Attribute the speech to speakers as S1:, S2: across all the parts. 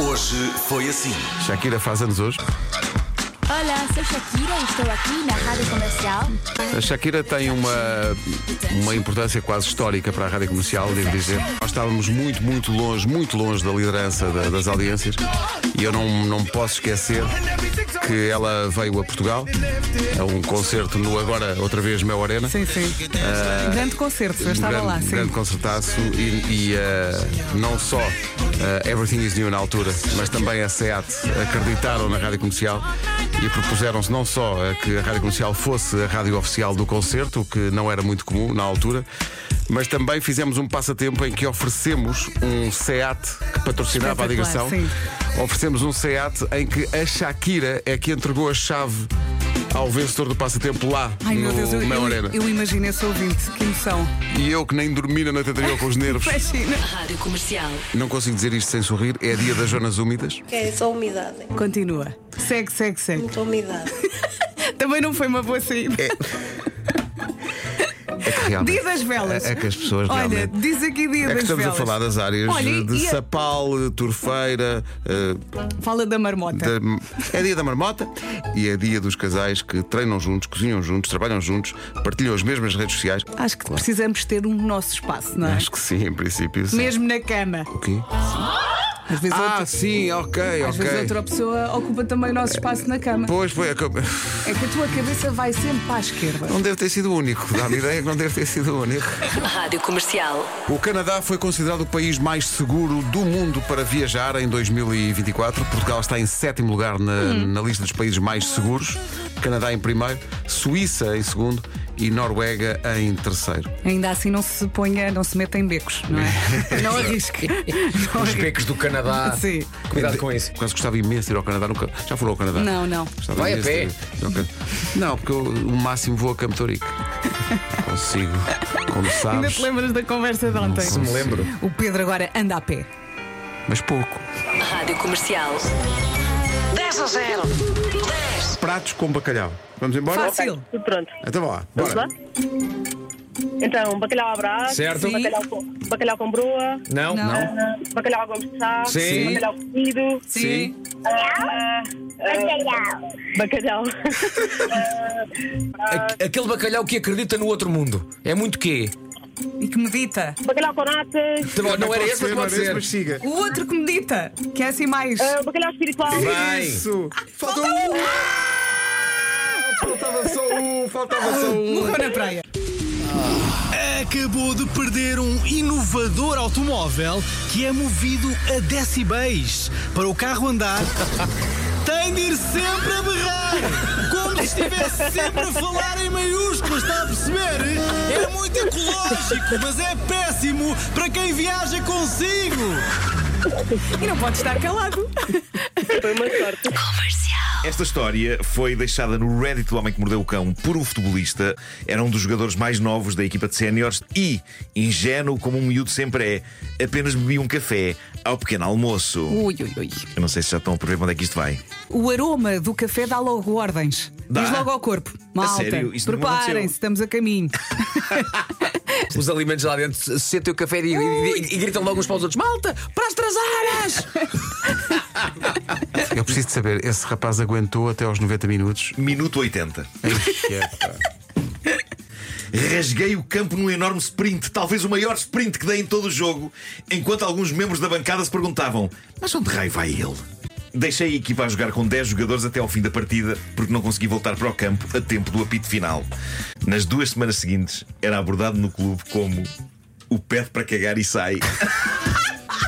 S1: Hoje foi assim.
S2: Shakira faz anos hoje.
S3: Olá, sou Shakira e estou aqui na Rádio Comercial.
S2: A Shakira tem uma, uma importância quase histórica para a rádio comercial, devo dizer. Nós estávamos muito, muito longe, muito longe da liderança da- das audiências e eu não, não posso esquecer que ela veio a Portugal a um concerto no agora, outra vez, Mel Arena.
S4: Sim, sim. grande concerto, eu estava
S2: Eh, grande,
S4: lá, sim.
S2: grande concertaço e, e, eh, não só eh, Everything is New na altura, mas também a SEAT acreditaram na rádio comercial e propuseram-se não só a que a rádio comercial fosse a rádio oficial do concerto, o que não era muito comum na altura, mas também fizemos um passatempo em que oferecemos um SEAT que patrocinava a digressão.
S4: Espetacular, sim.
S2: Oferecemos um SEAT em que a Shakira é que entregou a chave ao vencedor do passatempo lá
S4: Ai
S2: no
S4: meu Deus, eu,
S2: Mel
S4: eu,
S2: Arena.
S4: eu imagino esse ouvinte, que emoção.
S2: E eu que nem dormi na noite anterior com os nervos.
S4: Imagina.
S5: Rádio Comercial.
S2: Não consigo dizer isto sem sorrir. É dia das zonas úmidas.
S6: Que é só umidade,
S4: Continua. Segue, segue, segue.
S6: muita umidade.
S4: Também não foi uma boa saída.
S2: É que realmente-
S4: Diz as velas.
S2: É, é que as pessoas
S4: Olha,
S2: realmente.
S4: diz aqui dia
S2: É que
S4: das
S2: estamos
S4: velas.
S2: a falar das áreas
S4: Olha, e-
S2: de
S4: e a-
S2: Sapal, de Turfeira. eh,
S4: Fala da marmota.
S2: da- É dia da marmota e é dia dos casais que treinam juntos, cozinham juntos, trabalham juntos, partilham as mesmas redes sociais.
S4: Acho que precisamos ter um nosso espaço, não é?
S2: Acho que sim, em princípio. Sim.
S4: Mesmo na cama.
S2: O quê?
S4: Às vezes,
S2: Ah,
S4: outra,
S2: sim, ok,
S4: às
S2: ok. Eh,
S4: vezes outra pessoa ocupa também o nosso espaço na cama.
S2: Pois, pois, é que eu-
S4: É que a tua cabeça vai sempre para a esquerda.
S2: não deve ter sido o único. Dá-me ideia que não deve ter sido o único.
S5: Rádio Comercial.
S2: O Canadá foi considerado o país mais seguro do mundo para viajar em 2024. Portugal está em sétimo lugar na,
S4: Uhum.
S2: na lista dos países mais seguros. Canadá em primeiro, Suíça em segundo e Noruega em terceiro.
S4: Ainda assim não se ponha, não se meta em becos, não é? não arrisque. Não
S7: Os
S4: arrisque.
S7: becos do
S2: Ah.
S7: Canadá.
S4: Sim.
S7: Cuidado com isso.
S2: Quase gostava imenso de ir ao Canadá. Nunca, já foram ao Canadá?
S4: Não, não.
S2: Gostava
S7: Vai a
S2: imenso
S7: pé.
S2: de ir ao Canadá. Não, porque eu, o máximo vou a Campo Torico. Consigo. Como
S4: Ainda te
S2: sabes.
S4: lembras da conversa de ontem?
S7: Se me lembro.
S4: O Pedro agora anda a pé.
S2: Mas pouco.
S5: Rádio Comercial.
S8: 10 a 0.
S2: Pratos com bacalhau. Vamos embora?
S4: Fácil.
S8: Tudo pronto.
S2: Então vá lá.
S8: Vamos lá?
S2: Bora.
S8: Então, bacalhau à brás,
S7: Certo?
S4: Sim.
S8: bacalhau, com, bacalhau com broa,
S7: Não?
S4: Não.
S8: ah, bacalhau à gomes de sá,
S7: Sim.
S8: bacalhau cozido,
S4: Sim.
S8: ah, ah, bacalhau,
S7: A- Aquele bacalhau que acredita no outro mundo. É muito quê?
S4: E que medita.
S8: bacalhau com natas,
S7: Tá bom, Não era
S2: Pode
S7: esse, mas
S2: ser, não
S7: pode
S2: era esse, mas
S7: ser.
S2: siga.
S4: O outro que medita. Que é assim mais.
S8: ah, bacalhau espiritual,
S7: Bem.
S2: Isso! Falta um! Faltava só um, faltava só um.
S4: Morreu na praia.
S9: Acabou de perder um inovador automóvel que é movido a decibéis. Para o carro andar, tem de ir sempre a berrar, como se estivesse sempre a falar em maiúsculas, está a perceber? É muito ecológico, mas é péssimo para quem viaja consigo.
S4: E não pode estar calado.
S8: foi uma sorte.
S10: Esta história foi deixada no Reddit do Homem que Mordeu o Cão por um futebolista. Era um dos jogadores mais novos da equipa de séniores e, ingênuo como um miúdo sempre é, apenas bebia um café ao pequeno almoço.
S4: Ui, ui, ui.
S10: Eu não sei se já estão a prever para onde é que isto vai.
S4: O aroma do café dá logo ordens.
S10: Dá?
S4: Diz logo ao corpo. Malta.
S10: sério? Isto não me aconteceu.
S4: Preparem-se, estamos a caminho.
S7: Os alimentos lá dentro sentem o café e, e- e- e gritam logo uns para os outros: Malta, para as trasaras!
S2: Eu preciso de saber, esse rapaz aguentou até aos 90 minutos. É
S10: Minuto 80. Rasguei o campo num enorme sprint, talvez o maior sprint que dei em todo o jogo, enquanto alguns membros da bancada se perguntavam: Mas onde raio vai ele? Deixei a equipa a jogar com 10 jogadores até ao fim da partida, porque não consegui voltar para o campo a tempo do apito final. Nas duas semanas seguintes, era abordado no clube como o pede para cagar e sai.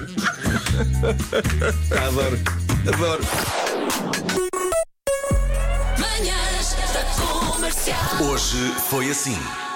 S10: adoro, adoro.
S5: Manhãs da Comercial.
S1: Hoje foi assim.